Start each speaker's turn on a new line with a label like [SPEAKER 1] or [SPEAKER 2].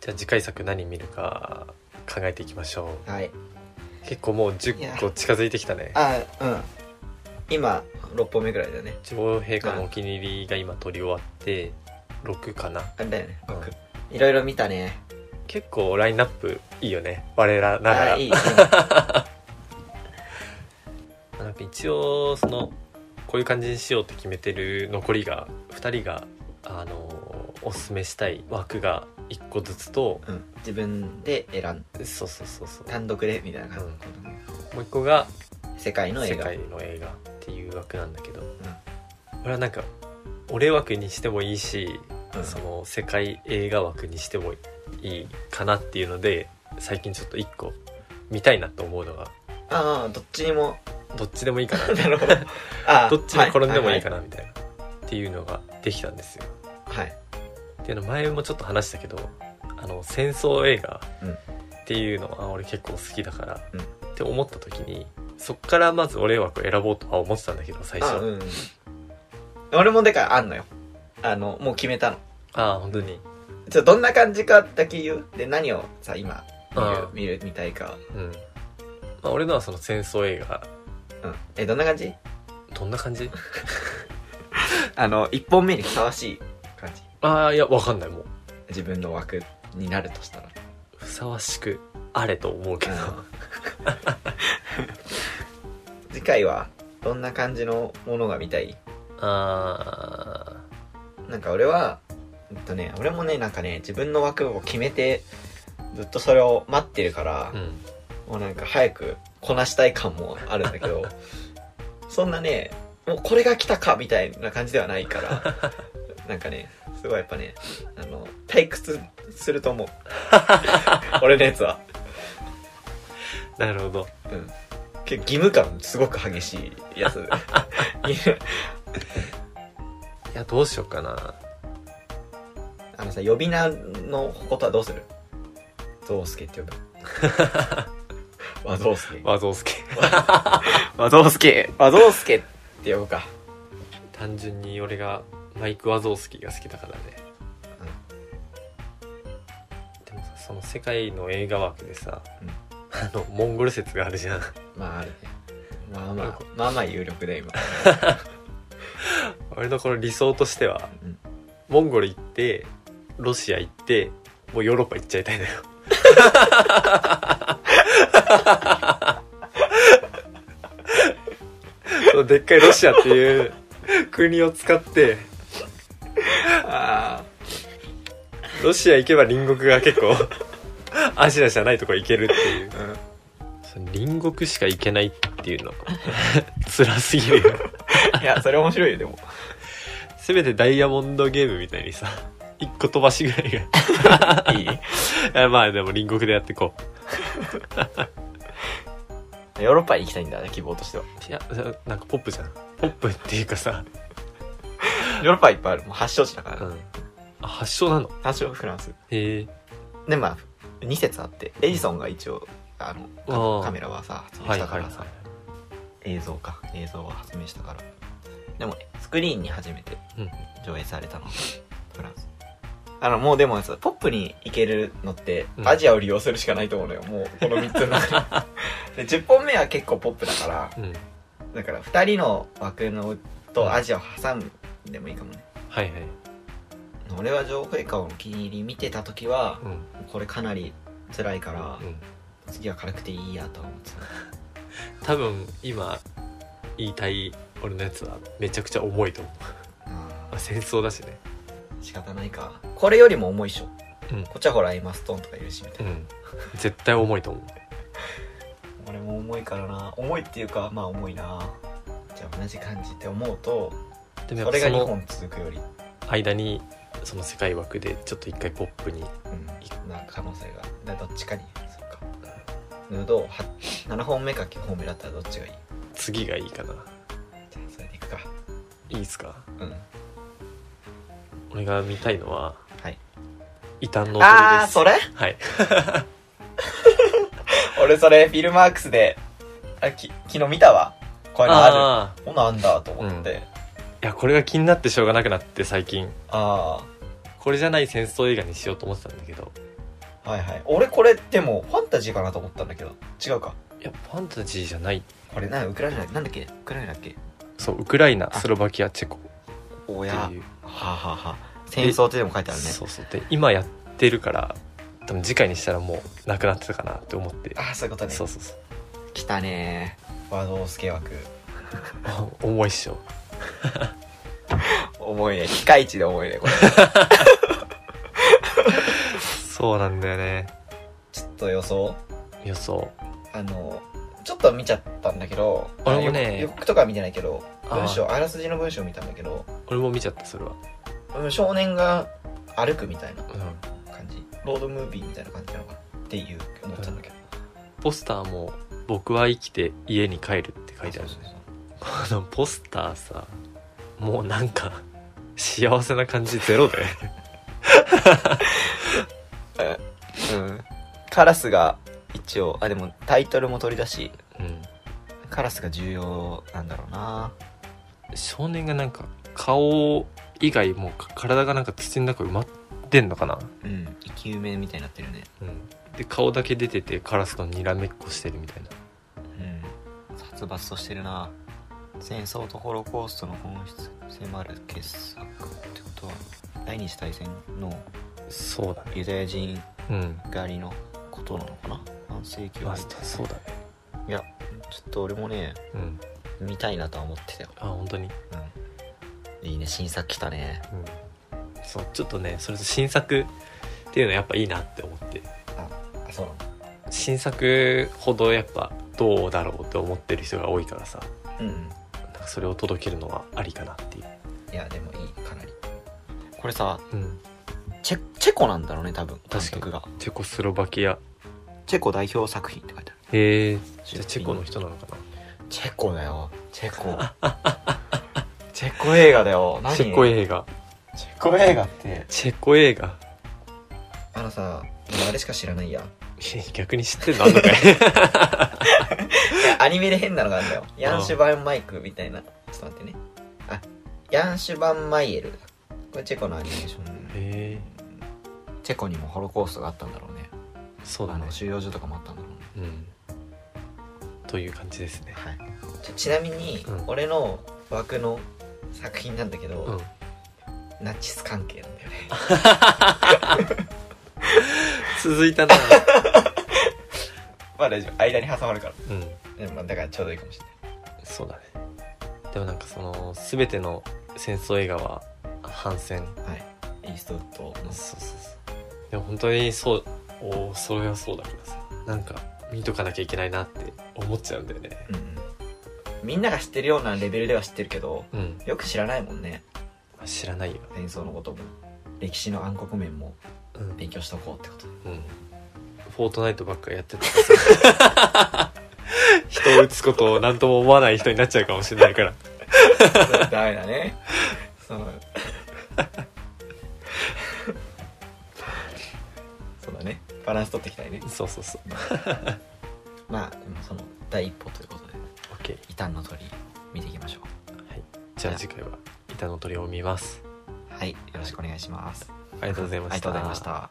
[SPEAKER 1] じゃあ次回作何見るか考えていきましょ
[SPEAKER 2] はい。
[SPEAKER 1] う結構もう
[SPEAKER 2] いや
[SPEAKER 1] 10個近づいてきたね
[SPEAKER 2] あ、うん。今、6本目ぐらいだよね。
[SPEAKER 1] 女王陛下のお気に入りが今撮り終わって6かな
[SPEAKER 2] あれだよね。
[SPEAKER 1] うん
[SPEAKER 2] 僕いろいろ見たね。
[SPEAKER 1] 結構ラインナップいいよね我らながら
[SPEAKER 2] あいい。
[SPEAKER 1] なんか一応そのこういう感じにしようって決めてる残りが2人があのおすすめしたい枠が1個ずつと
[SPEAKER 2] うんうん。自分で選ん、
[SPEAKER 1] そうそうそうそう
[SPEAKER 2] 単独で、みたいな感
[SPEAKER 1] もう1個が
[SPEAKER 2] じ。世界の映
[SPEAKER 1] 世
[SPEAKER 2] 画。
[SPEAKER 1] 界の映画っていう枠なんだけど
[SPEAKER 2] う
[SPEAKER 1] これはなんか俺枠にしてもいいし、
[SPEAKER 2] ん。うん
[SPEAKER 1] その世界映画枠にしてもいいかなっていうので最近ちょっと1個見たいなと思うのが
[SPEAKER 2] ああ、どっちにも。
[SPEAKER 1] どっちでもいい かな
[SPEAKER 2] なるほど。ああ
[SPEAKER 1] どっちに転んでもいいか
[SPEAKER 2] な。
[SPEAKER 1] なみたいな、っていうのができたんですよ。
[SPEAKER 2] はい。はい
[SPEAKER 1] っていうの前もちょっと話したけどあの戦争映画
[SPEAKER 2] うん
[SPEAKER 1] っていうのは俺結構好きだから、
[SPEAKER 2] うん
[SPEAKER 1] って思った時にそっからまず俺枠を選ぼうとは思ってたんだけど最
[SPEAKER 2] あ
[SPEAKER 1] 初、
[SPEAKER 2] うん。俺もだからあんのよ。あの、もう決めたの。
[SPEAKER 1] ああ本当に
[SPEAKER 2] じゃあどんな感じかだけ言う。で、何をさ、今、見
[SPEAKER 1] あ
[SPEAKER 2] る、見る、見たいか。
[SPEAKER 1] うん、まあ、俺のはその戦争映画
[SPEAKER 2] うん。え、どんな感じ
[SPEAKER 1] どんな感じ
[SPEAKER 2] あの、一本目にふさわしい感じ。
[SPEAKER 1] ああいやわかんないもう
[SPEAKER 2] 自分の枠になるとしたら。
[SPEAKER 1] ふさわしくあれと思うけど、
[SPEAKER 2] 次回は、どんな感じのものが見たい
[SPEAKER 1] あ
[SPEAKER 2] なんか俺は、えっとね、俺もね、なんかね、自分の枠を決めて、ずっとそれを待ってるから
[SPEAKER 1] あ、うん
[SPEAKER 2] もうなんか早くこなしたい感もあるんだ けど、そんなね、もうこれが来たかみたいな感じではないから、なんかね、すごいやっぱね、あの、退屈すると 思う。俺のやつは。
[SPEAKER 1] なるほど
[SPEAKER 2] うん。け義務感すごく激しいやつ。
[SPEAKER 1] いやどうしようかな
[SPEAKER 2] あのさ、呼び名のことはどうするゾウスケって 呼ぶ。和ゾウスケ。
[SPEAKER 1] 和蔵 介
[SPEAKER 2] 和ゾウスケ。和ゾウスケって呼ぶか。
[SPEAKER 1] 単純に俺がマイク・ワゾースキーが好きだからね、でもさその世界の映画枠でさ、
[SPEAKER 2] うん
[SPEAKER 1] あのモンゴル説があるじゃん
[SPEAKER 2] まああるね。まあまあ、まあまあ有力で今。
[SPEAKER 1] 俺のこの理想としては
[SPEAKER 2] うん
[SPEAKER 1] モンゴル行ってロシア行ってもうヨーロッパ行っちゃいたいのよそのでっかいロシアっていう国を使って
[SPEAKER 2] ああ。
[SPEAKER 1] ロシア行けば隣国が結構アジアじゃないとこ行けるっていう
[SPEAKER 2] うん。
[SPEAKER 1] その隣国しか行けないっていうの辛すぎるよ
[SPEAKER 2] いや、それ面白いよ、でも。
[SPEAKER 1] せめてダイヤモンドゲームみたいにさ一個飛ばしぐらい
[SPEAKER 2] いい
[SPEAKER 1] があまあでも隣国でやっていこ
[SPEAKER 2] ヨーロッパに行きたいんだね、希望としては。
[SPEAKER 1] ういやなんかポップじゃんポップっていうかさ、
[SPEAKER 2] ヨーロッパはいっぱいある。もう発祥地だから
[SPEAKER 1] う
[SPEAKER 2] ね。
[SPEAKER 1] ん、あ発祥なの
[SPEAKER 2] 発祥フランス。
[SPEAKER 1] へえ
[SPEAKER 2] で、まあ、2節あって、エジソンが一応、あの、
[SPEAKER 1] あー
[SPEAKER 2] カカメラはさ、発明
[SPEAKER 1] は
[SPEAKER 2] し
[SPEAKER 1] い
[SPEAKER 2] たか
[SPEAKER 1] はい
[SPEAKER 2] ら
[SPEAKER 1] は
[SPEAKER 2] さ、
[SPEAKER 1] い、
[SPEAKER 2] 映像か。映像は発明したから。でも、スクリーンに初めて
[SPEAKER 1] うん、
[SPEAKER 2] 上映されたのがフランス。あの、もうでもさ、ポップに行けるのって、
[SPEAKER 1] うん
[SPEAKER 2] アジアを利用するしかないと思うのよ。もう、この3つの中 で。で、10本目は結構ポップだから、
[SPEAKER 1] うん、
[SPEAKER 2] だから2人の枠のとアジアを挟んでもいいかもね
[SPEAKER 1] はいはい、
[SPEAKER 2] 俺は女王陛下をお気に入り見てた時は
[SPEAKER 1] うん
[SPEAKER 2] これかなり辛いから
[SPEAKER 1] うん、
[SPEAKER 2] 次は軽くていいやとは思ってた
[SPEAKER 1] 多分今言いたい俺のやつはめちゃくちゃ重いと思う
[SPEAKER 2] あ
[SPEAKER 1] まあ戦争だしね
[SPEAKER 2] ー仕方ないかこれよりも重いっしょ、
[SPEAKER 1] うん
[SPEAKER 2] こっちはほらエマストーンとかいるしみた
[SPEAKER 1] う
[SPEAKER 2] いな、
[SPEAKER 1] ん絶対重いと思う
[SPEAKER 2] 俺も重いからな重いっていうかまあ重いなじゃあ同じ感じって思うと
[SPEAKER 1] でもや
[SPEAKER 2] そ
[SPEAKER 1] っぱ
[SPEAKER 2] れが
[SPEAKER 1] そ
[SPEAKER 2] 2
[SPEAKER 1] の
[SPEAKER 2] 本続くより、
[SPEAKER 1] 間にその世界枠でちょっと一回ポップに
[SPEAKER 2] うん、な可能性がだからどっちかにするかヌードをは7本目か9本目だったらどっちがいい
[SPEAKER 1] 次がいいかな
[SPEAKER 2] じゃあそれでいくか
[SPEAKER 1] いいっすか
[SPEAKER 2] うん
[SPEAKER 1] 俺が見たいのは
[SPEAKER 2] はい
[SPEAKER 1] 異端の鳥です
[SPEAKER 2] ああーそれ
[SPEAKER 1] はい
[SPEAKER 2] 俺それフィルマークスであき昨日見たわこういうのあ
[SPEAKER 1] あ
[SPEAKER 2] るおなんだと思って、
[SPEAKER 1] ーいやこれが気になってしょうがなくなって最近
[SPEAKER 2] ああ
[SPEAKER 1] これじゃない戦争映画にしようと思ってたんだけど
[SPEAKER 2] はいはい俺これでもファンタジーかなと思ったんだけど違うか
[SPEAKER 1] いやファンタジーじゃない
[SPEAKER 2] これなウクライナなんだっけウクライナだっけ
[SPEAKER 1] そうウクライナ
[SPEAKER 2] あ
[SPEAKER 1] スロバキアチェコっ
[SPEAKER 2] お
[SPEAKER 1] て
[SPEAKER 2] やは
[SPEAKER 1] いう
[SPEAKER 2] あはあはあ戦争ってでも書いてあるね
[SPEAKER 1] そうそうで今やってるから多分次回にしたらもうなくなってたかなって思って
[SPEAKER 2] ああそういうことね
[SPEAKER 1] そうそうそう
[SPEAKER 2] 来たね和道助枠
[SPEAKER 1] あ重いっしょ
[SPEAKER 2] 重いね機械値で重いねこれ
[SPEAKER 1] そうなんだよね
[SPEAKER 2] ちょっと予想
[SPEAKER 1] 予想
[SPEAKER 2] あのちょっと見ちゃったんだけど
[SPEAKER 1] 俺もね
[SPEAKER 2] あの予告とかは見てないけど
[SPEAKER 1] あー
[SPEAKER 2] 文章あらすじの文章を見たんだけど
[SPEAKER 1] 俺も見ちゃったそれは
[SPEAKER 2] うん少年が歩くみたいな
[SPEAKER 1] うん
[SPEAKER 2] 感じロードムービーみたいな感じなのかなっていう思ったんだけど
[SPEAKER 1] ポスターも「僕は生きて家に帰る」って書いてある
[SPEAKER 2] そうそうそう
[SPEAKER 1] あのポスターさもうなんか幸せな感じゼロだよね
[SPEAKER 2] うん、カラスが一応あでもタイトルも取り出し
[SPEAKER 1] うん
[SPEAKER 2] カラスが重要なんだろうな
[SPEAKER 1] 少年がなんか顔以外もう体がなんか土の中埋まってんのかな、
[SPEAKER 2] うん生き埋めみたいになってるね
[SPEAKER 1] うん、で顔だけ出ててカラスとにらめっこしてるみたいな
[SPEAKER 2] うん殺伐としてるな戦争とホロコーストの本質迫る傑作ってことは第二次大戦の
[SPEAKER 1] そうだね
[SPEAKER 2] ユダヤ人
[SPEAKER 1] うん
[SPEAKER 2] 狩りのことなのかな半世紀
[SPEAKER 1] ま
[SPEAKER 2] は
[SPEAKER 1] あそうだね
[SPEAKER 2] いやちょっと俺もね
[SPEAKER 1] うん
[SPEAKER 2] 見たいなとは思ってたよ、
[SPEAKER 1] あ本当に
[SPEAKER 2] うん、いいね新作来たね
[SPEAKER 1] うんそうちょっとねそれと新作っていうのはやっぱいいなって思って
[SPEAKER 2] あそうなの
[SPEAKER 1] 新作ほどやっぱどうだろうって思ってる人が多いからさ
[SPEAKER 2] うんう
[SPEAKER 1] なん
[SPEAKER 2] ん
[SPEAKER 1] かそれを届けるのはありかなっていう、
[SPEAKER 2] いやでもいいかなりこれさ
[SPEAKER 1] うん、
[SPEAKER 2] チェチェコなんだろうね多分監
[SPEAKER 1] 確かに
[SPEAKER 2] 督が
[SPEAKER 1] チェコスロバキア
[SPEAKER 2] チェコ代表作品って書いてある
[SPEAKER 1] へえじゃあチェコの人なのか
[SPEAKER 2] チェコだよチェコチェコ映画だよ
[SPEAKER 1] な
[SPEAKER 2] 何
[SPEAKER 1] チェコ映画
[SPEAKER 2] チェコ映画って
[SPEAKER 1] チェコ映画
[SPEAKER 2] あのさ俺あれしか知らないや
[SPEAKER 1] 逆に知ってん のあんのかい
[SPEAKER 2] アニメで変なのがあるんだよヤンシュバンマイクみたいなちょっと待ってねあヤンシュバンマイエルだこれチェコのアニメーション
[SPEAKER 1] へえ
[SPEAKER 2] チェコにもホロコーストがあったんだろうね
[SPEAKER 1] そうだ
[SPEAKER 2] あ
[SPEAKER 1] ね
[SPEAKER 2] の収容所とかもあったんだろうね
[SPEAKER 1] うんという感じですね
[SPEAKER 2] はいちちなみに、
[SPEAKER 1] うん
[SPEAKER 2] 俺の枠の作品なんだけど、
[SPEAKER 1] うん
[SPEAKER 2] ナチス関係なんだよね
[SPEAKER 1] 続いた な
[SPEAKER 2] まあ大丈夫間に挟まるか
[SPEAKER 1] うん
[SPEAKER 2] らでもだからちょうどいいかもしれない
[SPEAKER 1] そうだねでもなんかその全ての戦争映画は反戦
[SPEAKER 2] イーストウッドの
[SPEAKER 1] そうそうそうでも本当にそうおーそれはそうだからさなんか見とかなきゃいけないなって思っちゃうんだよね
[SPEAKER 2] うんうんみんなが知ってるようなレベルでは知ってるけど
[SPEAKER 1] うん
[SPEAKER 2] よく知らないもんね
[SPEAKER 1] まあ知らないよ、
[SPEAKER 2] 戦争のことも歴史の暗黒面も
[SPEAKER 1] うん
[SPEAKER 2] 勉強しとこうって こと
[SPEAKER 1] フォートナイトばっかやってたら さ人を撃つことを何とも思わない人になっちゃうかもしれないから
[SPEAKER 2] ダメだねそう そうだねバランス取っていきたいね
[SPEAKER 1] そうそうそう
[SPEAKER 2] まあでもその第一歩ということで
[SPEAKER 1] OK
[SPEAKER 2] 異端の鳥見ていきましょ
[SPEAKER 1] じゃあ次回は板の鳥を見ます
[SPEAKER 2] うはいよろしくお願いします
[SPEAKER 1] ありがとうござい
[SPEAKER 2] あ
[SPEAKER 1] ま
[SPEAKER 2] りが
[SPEAKER 1] し
[SPEAKER 2] とうございま
[SPEAKER 1] た
[SPEAKER 2] した